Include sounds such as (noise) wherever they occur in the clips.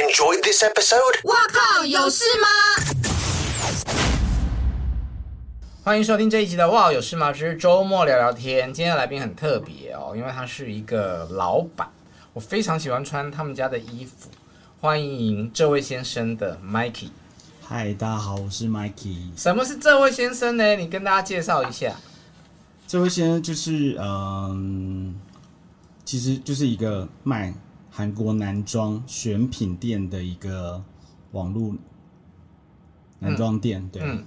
enjoyed this episode? 哇靠，有事吗？欢迎收听这一集的《哇有事吗之周末聊聊天》。今天的来宾很特别哦，因为他是一个老板，我非常喜欢穿他们家的衣服。欢迎这位先生的 Mikey。嗨，大家好，我是 Mikey。什么是这位先生呢？你跟大家介绍一下。这位先生就是，嗯，其实就是一个卖韩国男装选品店的一个网络男装店。对，嗯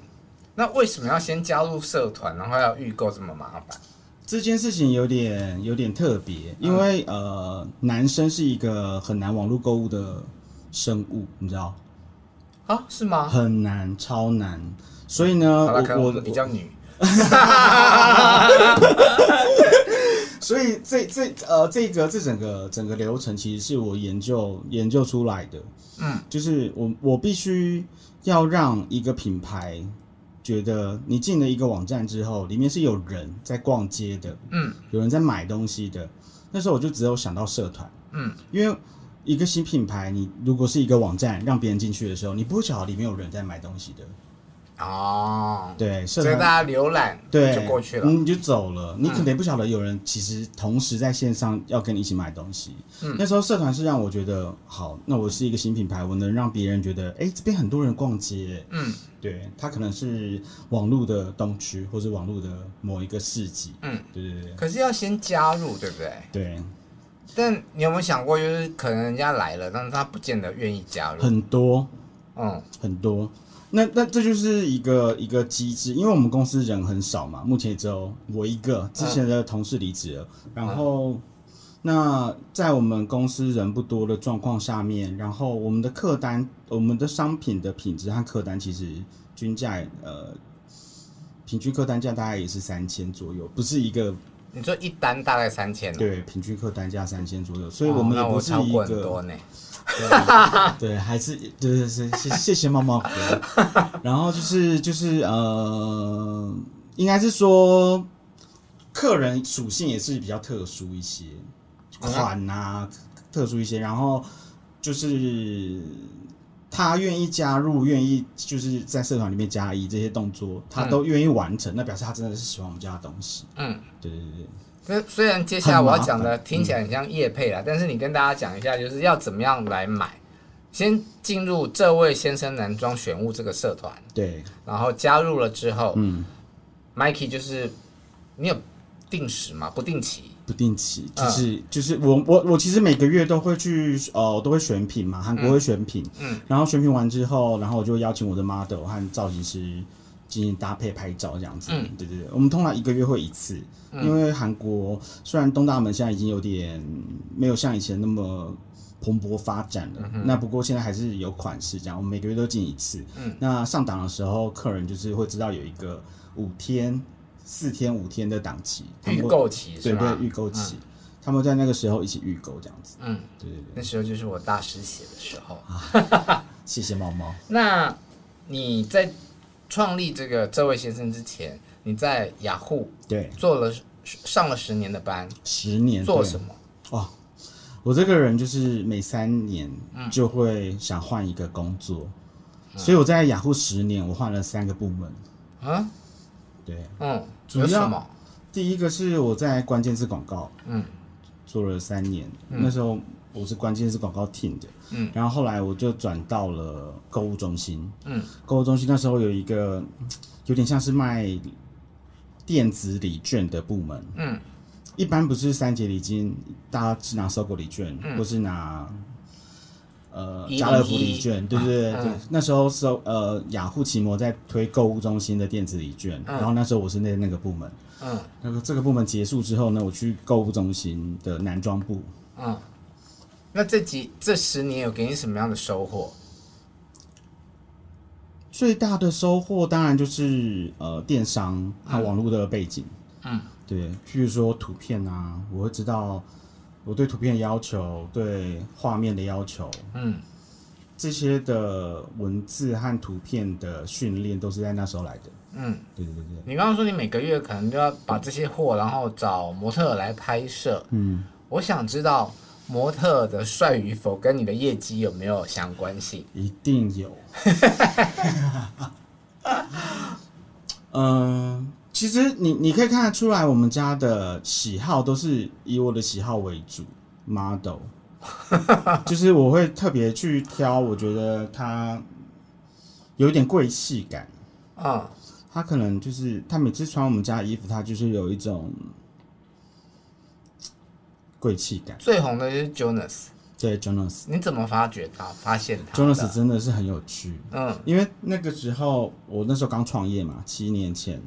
那为什么要先加入社团，然后要预购这么麻烦？这件事情有点有点特别，嗯因为、呃，男生是一个很难网络购物的生物，你知道，啊，是 (laughs) 吗？很难，超难。所以呢，好了，可能我我我们比较女。所以这这呃，这个这整个整个流程其实是我研究研究出来的。 (laughs) 嗯，就是我我必须要让一个品牌觉得你进了一个网站之后，里面是有人在逛街的，嗯有人在买东西的。那时候我就只有想到社团，嗯，因为一个新品牌，你如果是一个网站让别人进去的时候，你不会晓得里面有人在买东西的。哦，对，社所以团大家浏览对，嗯就过去了。你就走了。你可能也不晓得有人其实同时在线上要跟你一起买东西。嗯那时候社团是让我觉得，好，那我是一个新品牌，我能让别人觉得，哎、这边很多人逛街。嗯对，它可能是网络的东区，或是网络的某一个市集。嗯，对对对可是要先加入，对不对？对，但你有没有想过，就是可能人家来了，但是他不见得愿意加入。很多嗯很多。那那这就是一个一个机制，因为我们公司人很少嘛，目前也只有我一个，之前的同事离职了，然后、那在我们公司人不多的状况下面，然后我们的客单、我们的商品的品质和客单其实均价呃平均客单价大概也是三千左右，不是一个你说一单大概三千、哦，对平均客单价三千左右，所哦，以我们也那不我是超一过很个多呢。对，还是对对对，谢谢谢猫猫哥。然后就是就是呃，应该是说客人属性也是比较特殊一些，嗯款啊特殊一些，然后就是。他愿意加入，愿意就是在社团里面加一这些动作，他都愿意完成，那表示他真的是喜欢我们家的东西。嗯，对对对那虽然接下来我要讲很的麻烦听起来很像叶配啦，但是你跟大家讲一下，就是要怎么样来买。先进入这位先生男装选物这个社团，对，然后加入了之后、嗯， m i k e y 就是你有定时吗？不定期。不定期，嗯就是、就是我我我其实每个月都会去哦，呃都会选品嘛，韩国会选品，嗯然后选品完之后，然后我就邀请我的 model 和造型师进行搭配拍照这样子，嗯对对对，我们通常一个月会一次，因为韩国虽然东大门现在已经有点没有像以前那么。蓬勃发展了，那不过现在还是有款式这样，我们每个月都进一次。嗯那上档的时候，客人就是会知道有一个五天、四天、五天的档期，他们预会购期是嗯对吗嗯对，预购期，他们在那个时候一起预购这样子。嗯，对对对，那时候就是我大师写的时候。谢谢猫猫。那你在创立这个这位先生之前，你在雅虎对，做了上了十年的班，十年做对什么？哦，我这个人就是每三年嗯就会想换一个工作，所以我在雅虎十年，我换了三个部门。啊，对，嗯，主有要什么？第一个是我在关键字广告嗯做了三年，那时候我是关键字广告 team 的，嗯，然后后来我就转到了购物中心，嗯，购物中心那时候有一个嗯有点像是卖电子礼券的部门，嗯一般不是三节礼金，大家是拿搜狗礼券，嗯或是拿呃101家乐福礼券，对不对？啊嗯对，那时候搜呃雅虎奇摩在推购物中心的电子礼券，然后那时候我是那那个部门，嗯那个这个部门结束之后呢，我去购物中心的男装部，嗯。那这几这十年有给你什么样的收获？最大的收获当然就是呃电商和网络的背景，嗯，对，譬如说图片啊，我会知道我对图片的要求，对画面的要求，嗯，这些的文字和图片的训练都是在那时候来的。嗯，对对对对，你刚刚说你每个月可能都要把这些货，然后找模特儿来拍摄。嗯，我想知道模特的帅与否跟你的业绩有没有相关性？一定有。 (laughs) 嗯、其实你你可以看得出来，我们家的喜好都是以我的喜好为主，model，就是我会特别去挑，我觉得他有一点贵气感。嗯，他可能就是他每次穿我们家的衣服，他就是有一种贵气感。最红的就是 Jonas，对，Jonas，Jonas 你怎么发掘他、发现他的 Jonas 真的是很有趣。嗯因为那个时候我那时候刚创业嘛，七年前，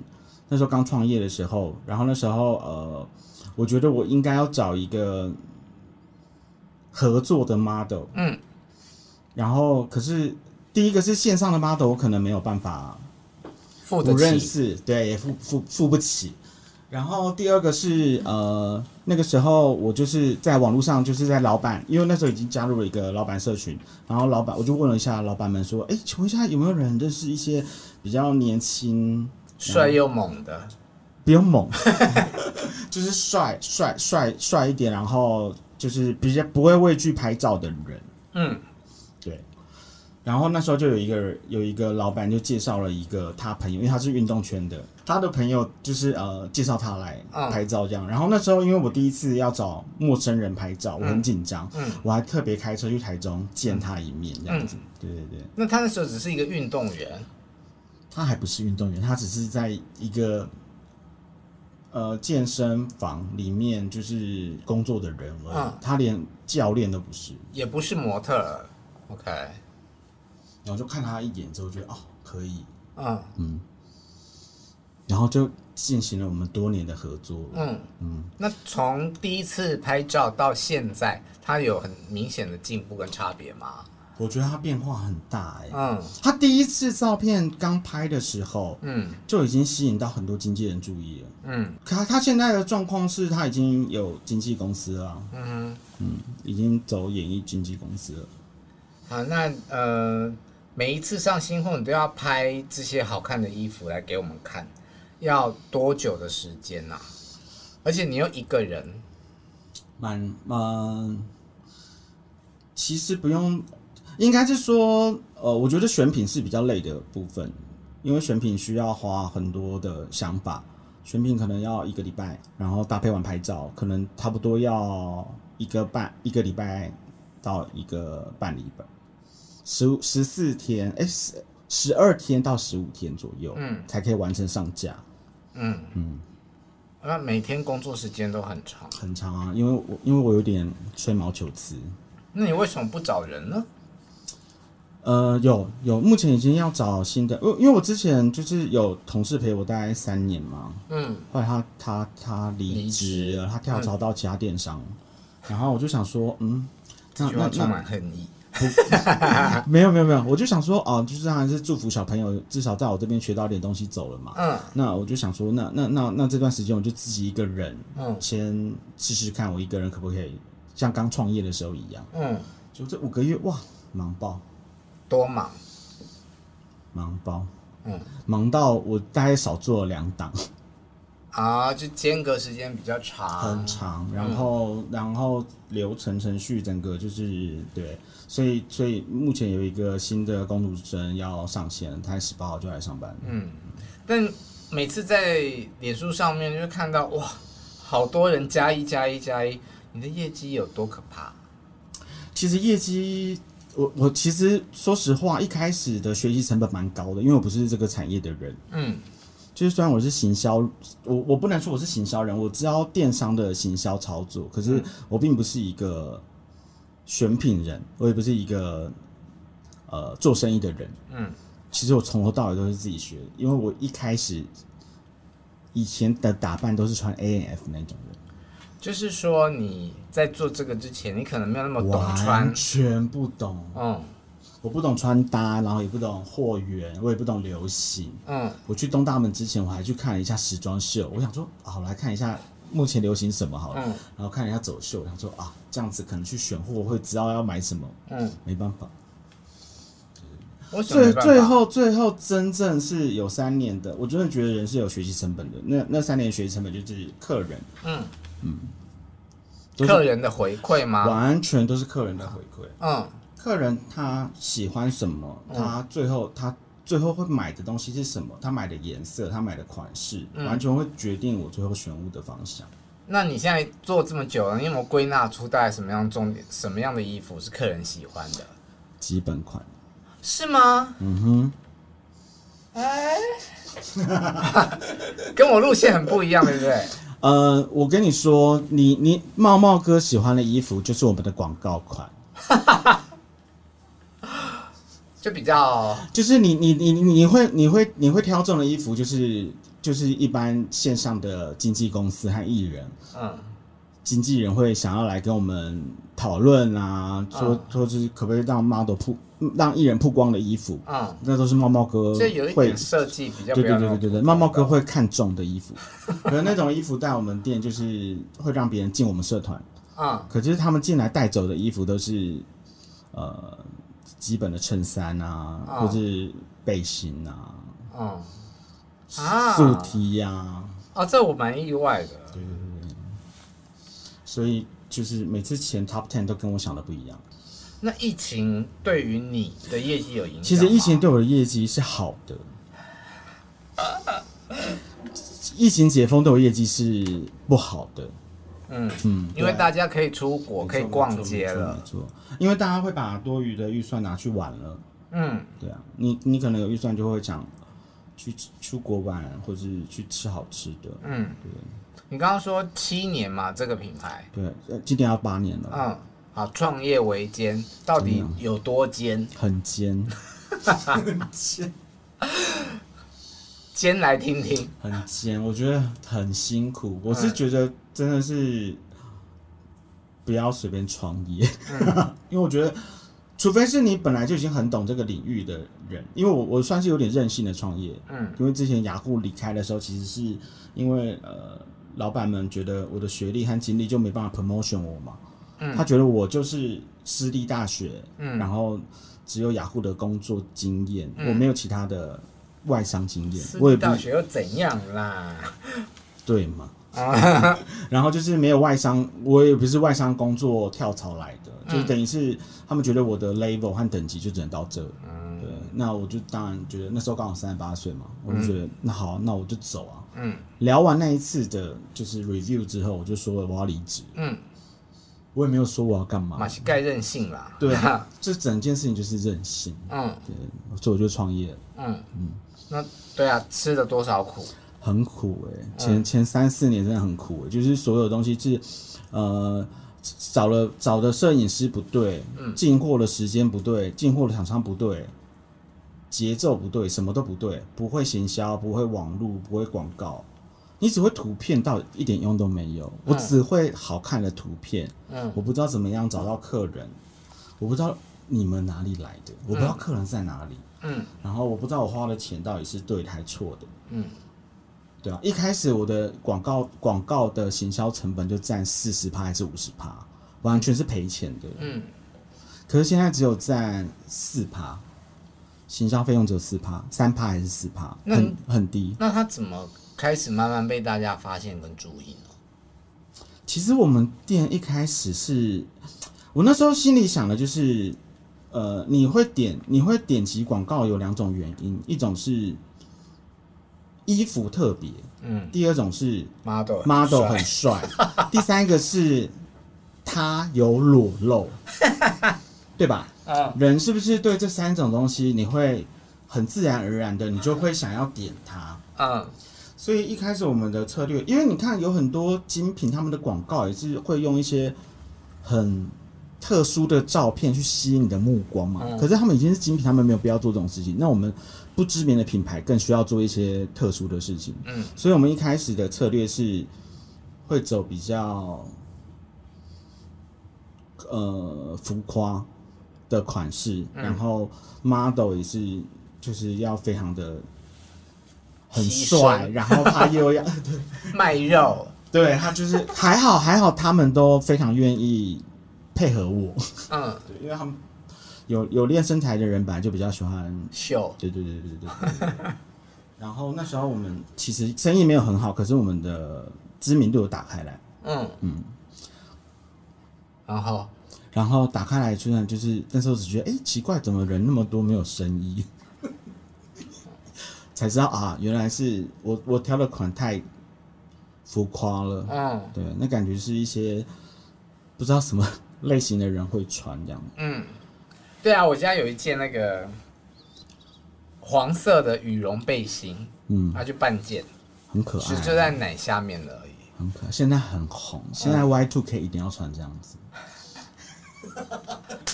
那时候刚创业的时候，然后那时候呃，我觉得我应该要找一个合作的 model，嗯，然后可是第一个是线上的 model，我可能没有办法付得不认起。识，对，也付付付不起。然后第二个是呃，那个时候我就是在网络上，就是在老板，因为那时候已经加入了一个老板社群，然后老板我就问了一下老板们说，哎，请问一下有没有人认识一些比较年轻、帅又猛的，比较猛， (laughs) 就是帅帅帅帅一点，然后就是比较不会畏惧拍照的人，嗯对。然后那时候就有一个有一个老板就介绍了一个他朋友，因为他是运动圈的，他的朋友就是呃介绍他来嗯拍照这样。然后那时候因为我第一次要找陌生人拍照，我很紧张，嗯，我还特别开车去台中见他一面这样子。对对对，那他那时候只是一个运动员，他还不是运动员，他只是在一个呃健身房里面就是工作的人而已，嗯他连教练都不是。也不是模特儿。OK，然后就看他一眼之后，觉得哦可以，嗯嗯，然后就进行了我们多年的合作了。嗯，嗯，那从第一次拍照到现在，他有很明显的进步跟差别吗？我觉得他变化很大哎、嗯他第一次照片刚拍的时候，嗯就已经吸引到很多经纪人注意了。嗯他他现在的状况是他已经有经纪公司了啊，嗯已经走演艺经纪公司了。哼，好，啊那呃，每一次上新婚，你都要拍这些好看的衣服来给我们看，要多久的时间啊呐、而且你又一个人，蛮蛮、呃其实不用，应该是说，呃，我觉得选品是比较累的部分，因为选品需要花很多的想法，选品可能要一个礼拜，然后搭配完拍照，可能差不多要一个半一个礼拜到一个半礼拜，十五十四天，哎、十十二天到十五天左右，嗯才可以完成上架，嗯，嗯。那每天工作时间都很长，很长啊，因为我因为我有点吹毛求疵，那你为什么不找人呢？呃，有有，目前已经要找新的，因为因为我之前就是有同事陪我大概三年嘛，嗯后来他他他离离职职了，他跳槽到其他电商，然后我就想说，嗯，这那句话那充那满恨意。没有没有没有，我就想说，哦、就是当然是祝福小朋友，至少在我这边学到点东西走了嘛。嗯那我就想说，那那那那这段时间我就自己一个人嗯先试试看，我一个人可不可以像刚创业的时候一样，嗯，就这五个月哇，忙爆多忙。忙爆，嗯忙到我大概少做了两档。啊，就间隔时间比较长。很长，然后、然后流程程序整个就是对，所以所以目前有一个新的工读生要上线，他十八号就来上班。嗯，但每次在脸书上面就会看到哇，好多人加一加一加一，你的业绩有多可怕？其实业绩，我我其实说实话，一开始的学习成本蛮高的，因为我不是这个产业的人，嗯就是虽然我是行销，我我不能说我是行销人，我知道电商的行销操作，可嗯是我并不是一个选品人，我也不是一个呃做生意的人。嗯其实我从头到尾都是自己学的，因为我一开始以前的打扮都是穿 A N F 那种人，就是说你在做这个之前，你可能没有那么哦懂穿完。全不懂，嗯我不懂穿搭，然后也不懂货源，我也不懂流行。嗯我去东大门之前，我还去看了一下时装秀，我想说，啊好来看一下目前流行什么好了，嗯然后看了一下走秀，我想说啊，这样子可能去选货会知道要买什么，嗯，没办法。为什么最没办法最后最后真正是有三年的，我真的觉得人是有学习成本的。那那三年学习成本就是客人，嗯都客是人的回馈吗？完全都是客人的回馈。嗯，客人他喜欢什么，他最后他最后会买的东西是什么，他买的颜色，他买的款式，完全会决定我最后选物的方向。那你现在做这么久了，你有没有归纳出大概什么样重点、什么样的衣服是客人喜欢的？基本款，是吗？嗯哼，哎，跟我路线很不一样，对不对？呃，我跟你说，你你茂茂哥喜欢的衣服就是我们的广告款，就比较就是你你你你你会你会你会挑中的衣服就是。就是一般线上的经纪公司和艺人，嗯经纪人会想要来跟我们讨论啊，说嗯说就是可不可以让 model 曝让艺人曝光的衣服，嗯，那都是猫猫哥这有一会点，设计比较对不对要那对对种对对，普通猫猫哥的会看中的衣服， (laughs) 可能那种衣服在我们店就是会让别人进我们社团，嗯可是他们进来带走的衣服都是呃基本的衬衫啊，啊或是背心啊、嗯啊素 T 呀、啊，哦，这我蛮意外的。对对对对，所以就是每次前 Top Ten 都跟我想的不一样。那疫情对于你的业绩有影响吗？其实疫情对我的业绩是好 (laughs) 的，疫情解封对我业绩是不好的。嗯嗯，因为大家可以出国，可以逛街没了。错，没错因为大家会把多余的预算拿去玩了。嗯，对啊，你你可能有预算就会想去出国玩，或是去吃好吃的。嗯，你刚刚说七年嘛，这个品牌，对，呃今年要八年了，嗯，好，创业维艰，到底嗯有多艰？很尖，艰来听听。很尖，我觉得很辛苦。嗯我是觉得真的是不要随便创业，嗯 (laughs) 因为我觉得，除非是你本来就已经很懂这个领域的人，因为我我算是有点任性的创业，嗯因为之前雅虎离开的时候，其实是因为呃，老板们觉得我的学历和经历就没办法 promotion 我嘛，嗯他觉得我就是私立大学，嗯然后只有雅虎的工作经验，我没有其他的外商经验私，我立也不大学又怎样啦？对嘛。啊 (laughs) 然后就是没有外商，我也不是外商工作跳槽来的，嗯就是等于是他们觉得我的 level 和等级就只能到这。嗯对，那我就当然觉得那时候刚好三十八岁嘛，我就觉得、那好，那我就走啊。嗯聊完那一次的就是 review 之后，我就说我要离职，嗯，我也没有说我要干马嘛。西盖任性啦。啊对，啊 (laughs) 这整件事情就是任性，嗯对，所以我就创业了，嗯那对啊，吃了多少苦？很苦哎、前前三四年真的很苦欸、就是所有东西是，呃，找了找的摄影师不对，嗯进货的时间不对，进货的厂商不对，节奏不对，什么都不对，不会行销，不会网络，不会广告，你只会图片，到一点用都没有。我只会好看的图片，嗯我不知道怎么样找到客人，我不知道你们哪里来的，我不知道客人在哪里，嗯然后我不知道我花的钱到底是对还是错的。嗯，对啊，一开始我的广告广告的行销成本就占四十趴还是五十趴，完全是赔钱的。嗯，可是现在只有占四趴，行销费用只有四趴，三趴还是四趴，那很很低。那他怎么开始慢慢被大家发现跟注意呢？其实我们店一开始是，我那时候心里想的就是，呃，你会点你会点击广告有两种原因，一种是衣服特别，嗯第二种是，model 很 model 帅很帅， (laughs) 第三个是他有裸露，对吧？嗯人是不是对这三种东西，你会很自然而然的，你就会想要点它？嗯所以一开始我们的策略，因为你看有很多精品，他们的广告也是会用一些很特殊的照片去吸引你的目光嘛。嗯可是他们已经是精品，他们没有必要做这种事情。那我们不知名的品牌更需要做一些特殊的事情。嗯，所以我们一开始的策略是会走比较呃浮夸的款式，嗯然后 model 也是就是要非常的。很牺帅，牲然后他又要对卖肉。对他就是还好还好，他们都非常愿意配合我，嗯， (laughs) 对，因为他们有有练身材的人本来就比较喜欢秀。对对对对对对对。对然后那时候我们其实生意没有很好，可是我们的知名度有打开来。嗯然后然后打开来居然就是那时候只觉得哎、诶奇怪，怎么人那么多没有生意？ (laughs) 才知道啊，原来是我我挑的款太浮夸了。嗯对，那感觉是一些不知道什么 (laughs) 类型的人会穿这样。嗯，对啊，我家有一件那个黄色的羽绒背心，嗯，它就半件，很可只啊就爱，在啊嗯奶下面的而已。很可爱。现在很红，现在 Y Two K 一定要穿这样子。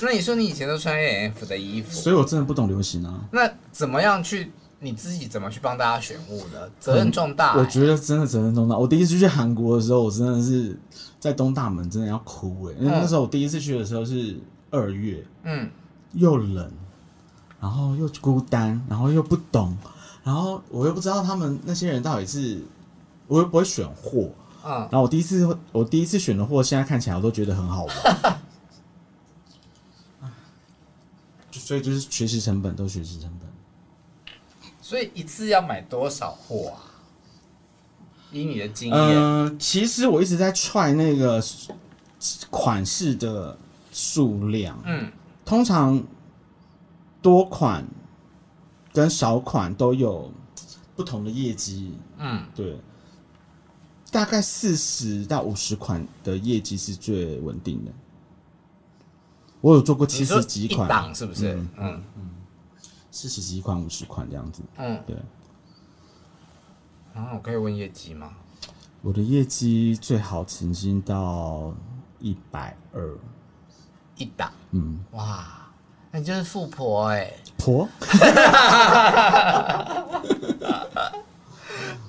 那你说你以前都穿 A F 的衣服，所以我真的不懂流行啊。那怎么样去你自己怎么去帮大家选物的？责任重大、欸我觉得真的责任重大。我第一次去韩国的时候，我真的是在东大门真的要哭哎、因为那时候我第一次去的时候是二月，嗯，又冷，然后又孤单，然后又不懂，然后我又不知道他们那些人到底是，我又不会选货。嗯，然后我第一次会我第一次选的货，现在看起来我都觉得很好玩。唉就所以就是学习成本都学习成本，所以一次要买多少货啊？以你的经验，呃，其实我一直在踹那个款式的数量，嗯通常多款跟少款都有不同的业绩，嗯对，大概四十到五十款的业绩是最稳定的。我有做过七你说十几一款，档是不是？嗯嗯四十几款、五十款这样子。嗯，对，然后我可以问业绩吗？我的业绩最好曾经到一百二，一档，嗯，哇，那你就是富婆哎、欸！婆。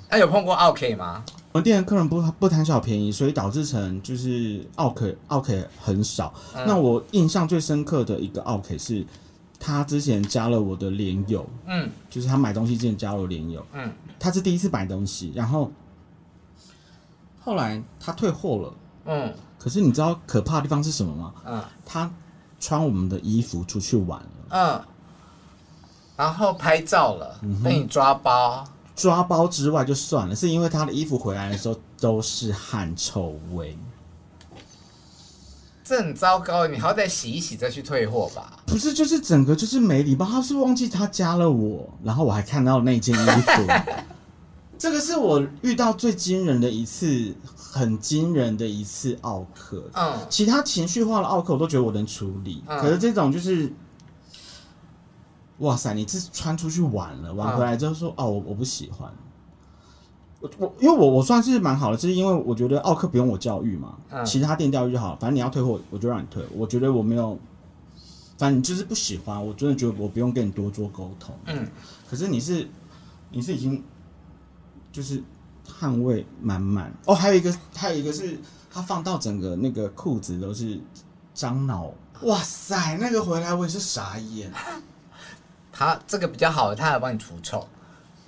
那、哎有碰过 OK 吗？我店呃的客人不不贪小便宜，所以导致成就是奥 K 奥 K 很少。嗯那我印象最深刻的一个奥 K 是，他之前加了我的连友，嗯就是他买东西之前加入联友，嗯，他是第一次买东西，然后后来他退货了。嗯可是你知道可怕的地方是什么吗？嗯他穿我们的衣服出去玩了，嗯，然后拍照了，嗯被你抓包，抓包之外就算了，是因为他的衣服回来的时候都是汗臭味。这很糟糕，欸你好歹洗一洗再去退货吧。不是，就是整个就是没礼貌。他是忘记他加了我，然后我还看到那件衣 (laughs) 服。这个是我遇到最惊人的一次，很惊人的一次奥克。嗯其他情绪化的拗口我都觉得我能处理，嗯可是这种就是，哇塞，你这穿出去玩了，玩回嗯来之后说、哦，我我不喜欢。我我因为我我算是蛮好的，就是因为我觉得奥克不用我教育嘛，嗯其他店教育就好了，反正你要退货我就让你退，我觉得我没有，反正你就是不喜欢，我真的觉得我不用跟你多做沟通。嗯，可是你是你是已经就是汗味满满哦，还有一个还有一个是他放到整个那个裤子都是樟脑，哇塞，那个回来我也是傻眼，他这个比较好，他还帮你除臭。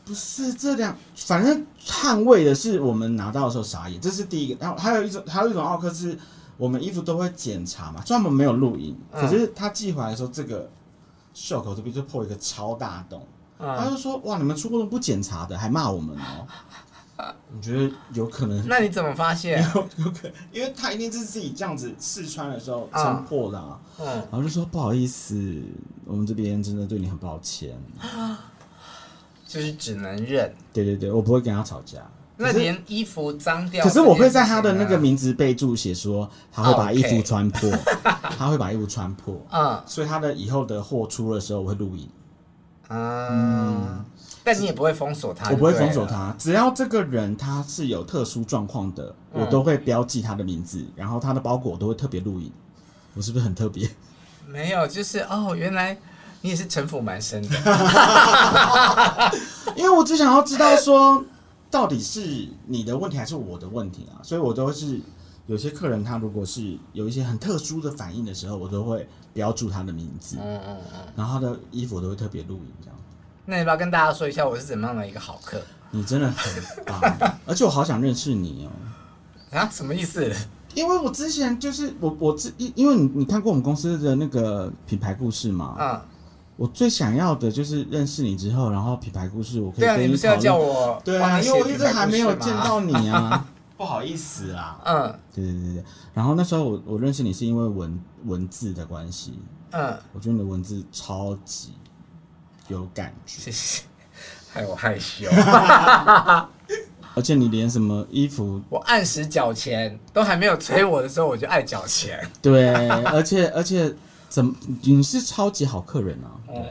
不是这两，反正汗味的是我们拿到的时候傻眼，这是第一个，然后还有一种还有一种奥克是我们衣服都会检查嘛，虽然我们没有录影，可是他寄回来的时候这个袖口这边就破一个超大洞。他嗯，就说：“哇，你们出过都不检查的，还骂我们哦。” (laughs) 你觉得有可能？那你怎么发现？有可能，因为他一定是自己这样子试穿的时候啊撑破的、啊，嗯，然后就说不好意思，我们这边真的对你很抱歉。就是只能忍。对对对，我不会跟他吵架。那可是连衣服脏掉，可是我会在啊他的那个，名字备注写说，他会把衣服哦 OK 穿破，他会把衣服穿破，嗯所以他的以后的货出的时候我会录影。嗯，但你也不会封锁他，我不会封啊对锁了。他，只要这个人他是有特殊状况的，我嗯都会标记他的名字，然后他的包裹我都会特别录影。我是不是很特别？没有，就是哦，原来你也是城府蛮深 (laughs) 的。因为我只想要知道说，到底是你的问题还是我的问题啊，所以我都是有些客人他如果是有一些很特殊的反应的时候，我都会标注他的名字，嗯嗯嗯。然后他的衣服我都会特别录影这样。那你要不要跟大家说一下，我是怎么样的一个好客你真的很棒，而且我好想认识你哦。啊？什么意思？因为我之前就是我我之因因为你你看过我们公司的那个品牌故事嘛，嗯，我最想要的就是认识你之后，然后品牌故事我可以对啊，跟你不是要讨论。叫我对帮啊，你因为我写一直品牌还没有故事见吗到你啊。 (laughs) 不好意思啦。嗯 (laughs) 对对对对。然后那时候我我认识你是因为文文字的关系，嗯， (laughs) 我觉得你的文字超级有感觉，谢谢，害我害羞。而且你连什么衣服我按时缴钱，都还没有催我的时候，我就爱缴钱。对， (laughs) 而且而且怎么你是超级好客人啊？对，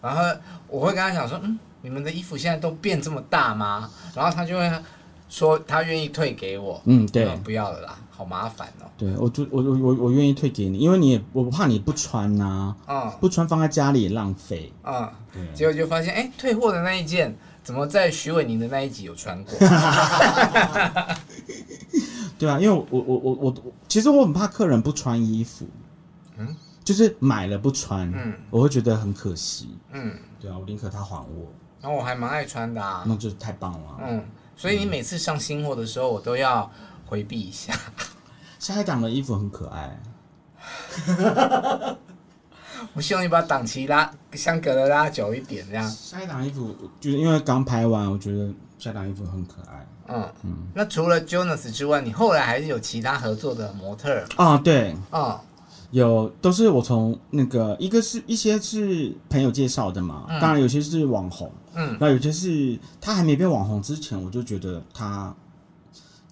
然后我会跟他讲说，嗯，你们的衣服现在都变这么大吗？然后他就会说他愿意退给我。嗯，对。我说不要了啦，好麻烦哦。对，我就我我我我愿意退给你，因为你也我怕你不穿呐、嗯不穿放在家里也浪费。嗯，对结果就发现，哎，退货的那一件怎么在徐伟宁的那一集有穿过？对啊，因为我我我我我我其实我很怕客人不穿衣服，嗯，就是买了不穿，嗯我会觉得很可惜。嗯，对啊，我宁可他还我，然后我还蛮爱穿的啊。那就太棒了啊。嗯，所以你每次上新货的时候，我都要回避一下。 (laughs) 下一档的衣服很可爱，我希望你把档期拉相隔的拉久一点，这样。下一档衣服就是因为刚拍完，我觉得下一档衣服很可爱嗯，那除了 Jonas 之外，你后来还是有其他合作的模特儿啊。对，嗯有都是我从那个一个是一些是朋友介绍的嘛，当然有些是网红，嗯那有些是他还没变网红之前，我就觉得他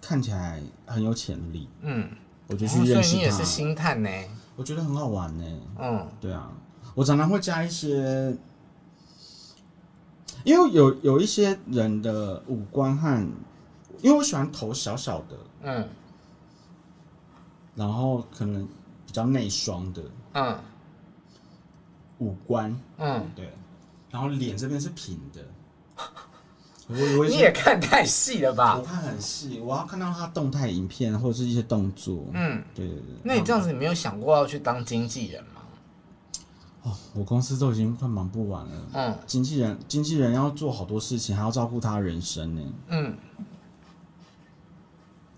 看起来很有潜力，嗯，我就哦去所认以识你也他。是星探呢。我觉得很好玩呢、嗯对啊，我常常会加一些，因为有有一些人的五官和，因为我喜欢头小小的，嗯然后可能比较内双的嗯五官，嗯，对，然后脸这边是平的。 (laughs) 我我你是也看太细了吧我？看很细，我要看到他动态影片或者是一些动作。嗯，对对对。那你这样子，你没有想过要去当经纪人吗？哦，我公司都已经快忙不完了。嗯经纪人，经纪人要做好多事情，还要照顾他的人生呢。嗯。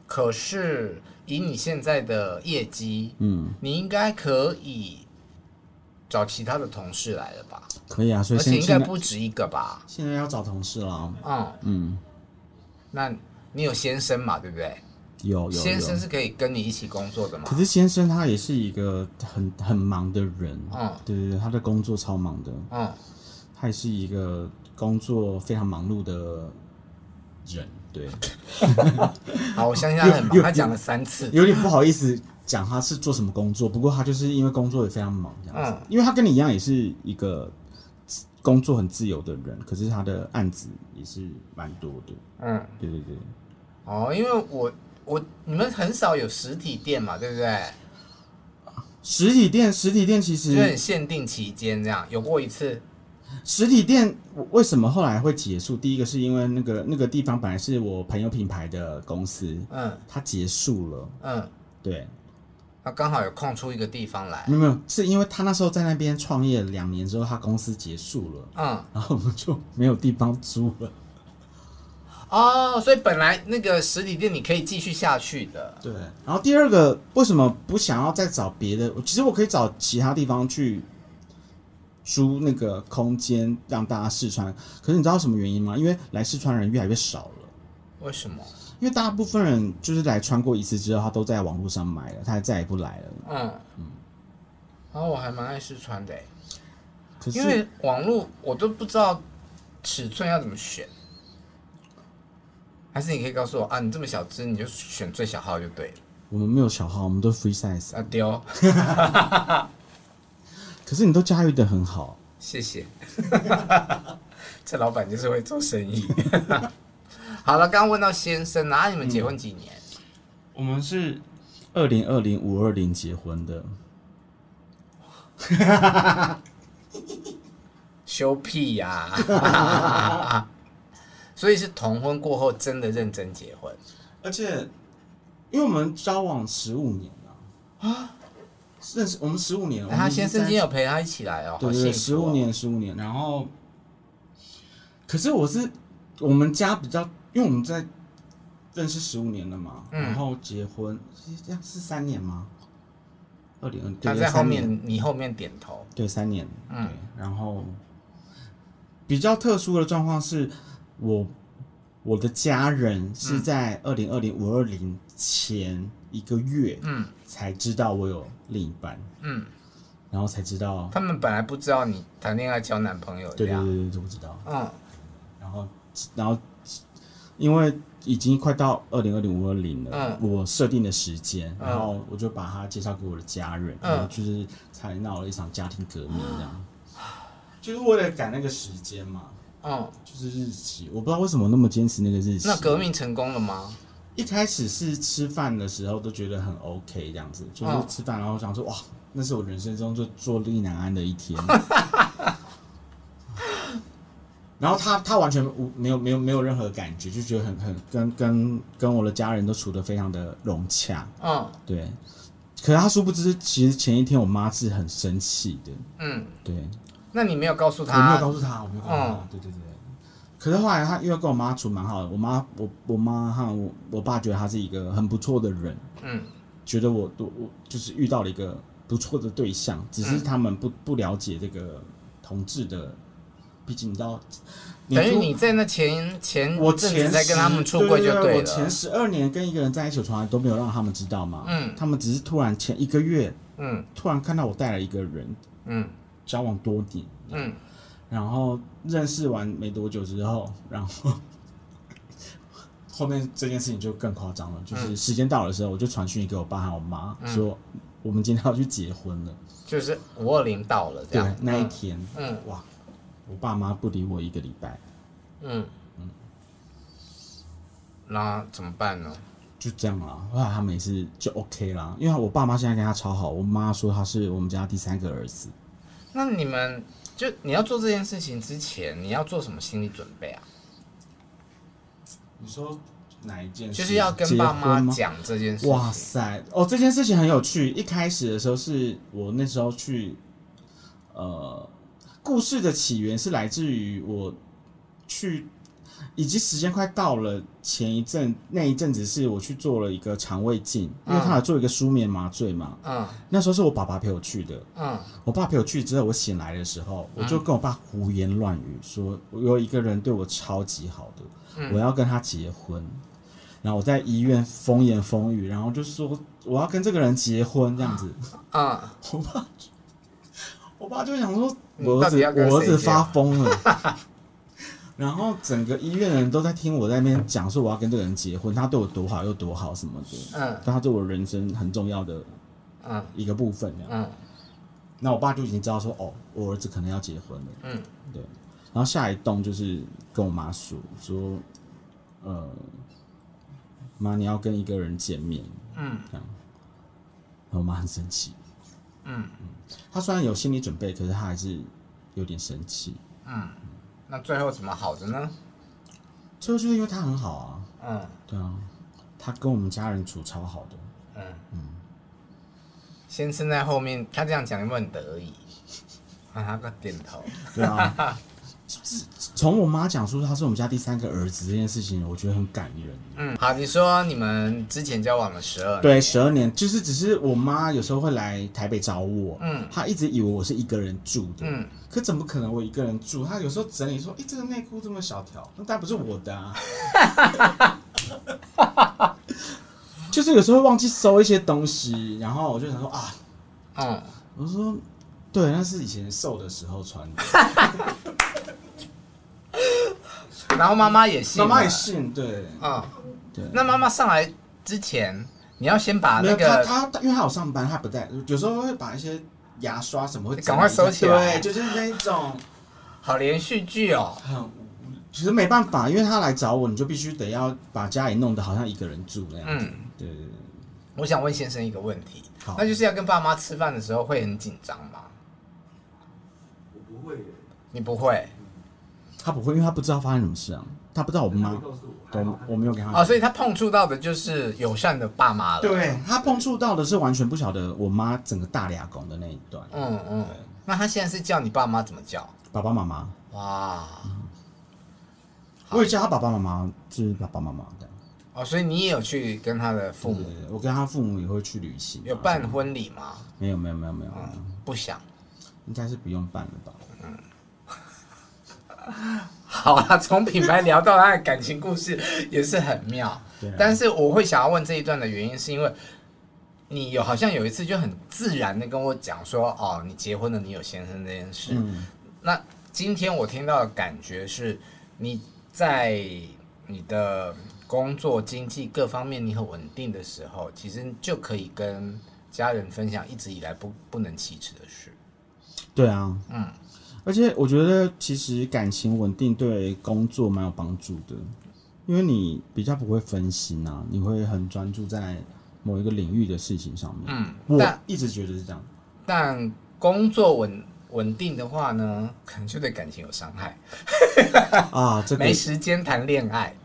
可是以你现在的业绩，嗯，你应该可以找其他的同事来了吧？可以啊，所而以且现应该现在不止一个吧？现在要找同事了。嗯，嗯，那你有先生嘛？对不对？有有有。先生是可以跟你一起工作的嘛可？是先生他也是一个很很忙的人。嗯对对对，他的工作超忙的，嗯他也是一个工作非常忙碌的人。对，好，我相信他很又忙，又他讲了三次。有点不好意思讲他是做什么工作，不过他就是因为工作也非常忙这样子，嗯因为他跟你一样也是一个自工作很自由的人，可是他的案子也是蛮多的，嗯，对对对，哦，因为我我你们很少有实体店嘛，对不对？实体店实体店其就很实限定期间这样，有过一次。实体店我为什么后来会结束？第一个是因为那个那个地方本来是我朋友品牌的公司，嗯它结束了，嗯，对，那刚好有空出一个地方来没。有没有，是因为他那时候在那边创业两年之后，他公司结束了，嗯然后我们就没有地方租了。哦，所以本来那个实体店你可以继续下去的。啊对，然后第二个为什么不想要再找别的？其实我可以找其他地方去租那个空间让大家试穿，可是你知道什么原因吗？因为来试穿的人越来越少了，为什么？因为大部分人就是来穿过一次之后，他都在网络上买了，他再也不来了。嗯然哦后我还蛮爱试穿的欸，可因是为网络我都不知道尺寸要怎么选。还是你可以告诉我啊，你这么小只，你就选最小号就对了。我们没有小号，我们都 free size，啊丢，可是你都驾驭的很好。谢谢。 (laughs) 这老板就是会做生意。 (laughs) 好了，刚刚问到先生啊，你们结婚几年？我们是二零二零五二零结婚的，修屁呀、 (laughs) 所以是同婚过后真的认真结婚。而且，因为我们交往十五年了啊，认识我们十五年，我那们他已经先生在今天有陪他一起来哦，对好对幸对，福、哦。十五年，十五年。然后，可是我是我们家比较，因为我们在认识十五年了嘛，嗯然后结婚是这样是三年吗？二零二他对，在后三年面，你后面点头。对，三年。嗯对，然后比较特殊的状况是，我我的家人嗯是在二零二零五二零前一个月嗯才知道我有另一半，嗯，然后才知道，他们本来不知道你谈恋爱交男朋友这对对样，对对，都不知道。嗯然后，然后，因为已经快到二零二零五二零了，嗯我设定的时间，嗯然后我就把他介绍给我的家人，嗯然后就是才闹了一场家庭革命，这样，啊就是为了赶那个时间嘛，嗯，就是日期，我不知道为什么那么坚持那个日期。那革命成功了吗？一开始是吃饭的时候都觉得很 OK 这样子，就是嗯吃饭然后想说哇，那是我人生中最坐立难安的一天。 (laughs) 然后他他完全无没有没有没有任何感觉，就觉得很很跟跟跟我的家人都处得非常的融洽，嗯对。可是他殊不知，其实前一天我妈是很生气的，嗯，对，那嗯你没有告诉我没有他告，诉他，我没有告诉他，对对对。可是后来他因为跟我妈处蛮好的，我妈我我妈和我我爸觉得他是一个很不错的人，嗯觉得我我我就是遇到了一个不错的对象，只是他们不不了解这个同志的，毕竟你知道，等于出你在那前前我阵前子在跟他们10出柜就对我前了，十二年跟一个人在一起，我从来都没有让他们知道嘛，嗯他们只是突然前一个月嗯突然看到我带了一个人嗯交往多年，嗯，然后认识完没多久之后，然后 (laughs) 后面这件事情就更夸张嗯了，就是时间到的时候，我就传讯给我爸和我妈、说，我们今天要去结婚了。就是五二零到了这对样，，那一嗯天，嗯哇，我爸妈不理我一个礼拜，嗯，那怎么办呢？就这样啦。后来他们也是就 OK 啦，因为我爸妈现在跟他超好，我妈说他是我们家第三个儿子。嗯那你们就你要做这件事情之前，你要做什么心理准备啊？你说哪一件就是要跟爸妈。讲这件事情。哇塞！哦，这件事情很有趣。一开始的时候是我那时候去，呃，故事的起源是来自于我去，以及时间快到了前一阵那一阵子是我去做了一个肠胃镜，因为他有做一个舒眠麻醉嘛。嗯那时候是我爸爸陪我去的，嗯我爸陪我去之后，我醒来的时候，我就跟我爸胡言乱语，说我有一个人对我超级好的，嗯我要跟他结婚。然后我在医院风言风语，然后就说我要跟这个人结婚这样子。嗯，我爸就，我爸就想说，啊你我儿到底子要跟我儿谁子结啊发疯了。然后整个医院的人都在听我在那边讲说我要跟这个人结婚，他对我多好又多好什么的，嗯但他对我人生很重要的嗯一个部分这样。啊嗯那我爸就已经知道说，哦，我儿子可能要结婚了，嗯对。然后下一栋就是跟我妈说说，呃，妈你要跟一个人见面，嗯这样。然后我妈很生气，嗯她虽然有心理准备，可是她还是有点生气。嗯，那最后怎么好的呢？最后就是因为她很好啊，嗯对啊，她跟我们家人处超好的，嗯嗯，先生在后面，他这样讲有没有很得意？ (laughs) 啊，他个点头。对啊。 (laughs) 自从我妈讲说她是我们家第三个儿子这件事情，我觉得很感人。嗯，好，你说你们之前交往了十二，对，十二年，就是只是我妈有时候会来台北找我，嗯她一直以为我是一个人住的，嗯可怎么可能我一个人住？她有时候整理说，哎、这个内裤这么小条，那当然不是我的 (laughs) 啊，就是有时候会忘记收一些东西，然后我就想说啊，嗯，我说对，那是以前瘦的时候穿 (laughs) 的，然后妈妈也信妈了，妈也信，对嗯，对。那妈妈上来之前，你要先把没那有他，个他他因为他有上班，他不在，有时候会把一些牙刷什么会赶快收起来对，就是那一种。好连续剧哦，很无，其实没办法，因为他来找我，你就必须得要把家里弄得好像一个人住那样子。嗯对对对，我想问先生一个问题好，那就是要跟爸妈吃饭的时候会很紧张吗？我不会耶，你不会他不会，因为他不知道发生什么事啊，他不知道我他妈没，告诉我，还好我我没有给他。 (laughs) 哦，所以他碰触到的就是友善的爸妈了。，对他碰触到的是完全不晓得我妈整个大俩拱的那一段，嗯嗯。那他现在是叫你爸妈怎么叫？爸爸妈妈，哇，我也叫他爸爸妈妈，就是爸爸妈妈的。哦，所以你也有去跟他的父对母对对，我跟他父母也会去旅行啊、有办婚礼吗？没有没有没有没有，嗯，不想。应该是不用办了吧？好啦，从品牌聊到他的感情故事也是很妙。对啊但是我会想要问这一段的原因，是因为你有好像有一次就很自然的跟我讲说，哦，你结婚了，你有先生这件事。嗯，那今天我听到的感觉是，你在你的工作、经济各方面你很稳定的时候，其实就可以跟家人分享一直以来不不能启齿的事。对啊，嗯，而且我觉得其实感情稳定对工作蛮有帮助的，因为你比较不会分心啊，你会很专注在某一个领域的事情上面。嗯我但一直觉得是这样。但工作稳稳定的话呢，可能就对感情有伤害，啊，这个没，时间谈恋爱。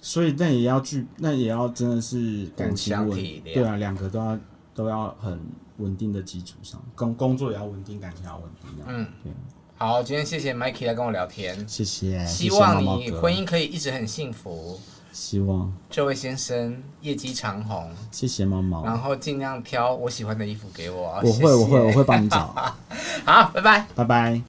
所以那也要具，那也要真的是感情互稳相体，谅对啊，两个都要都要很稳定的基础上，工工作也要稳定，感情也要稳定啊。嗯对，好，今天谢谢 Mikey 来跟我聊天，谢谢，希谢望哎谢猫猫你哥婚姻可以一直很幸福。希望，这位先生业绩长虹，谢谢猫猫，然后尽量挑我喜欢的衣服给我。我谢谢 (laughs) 会我会我会帮你找，好，拜拜。拜拜。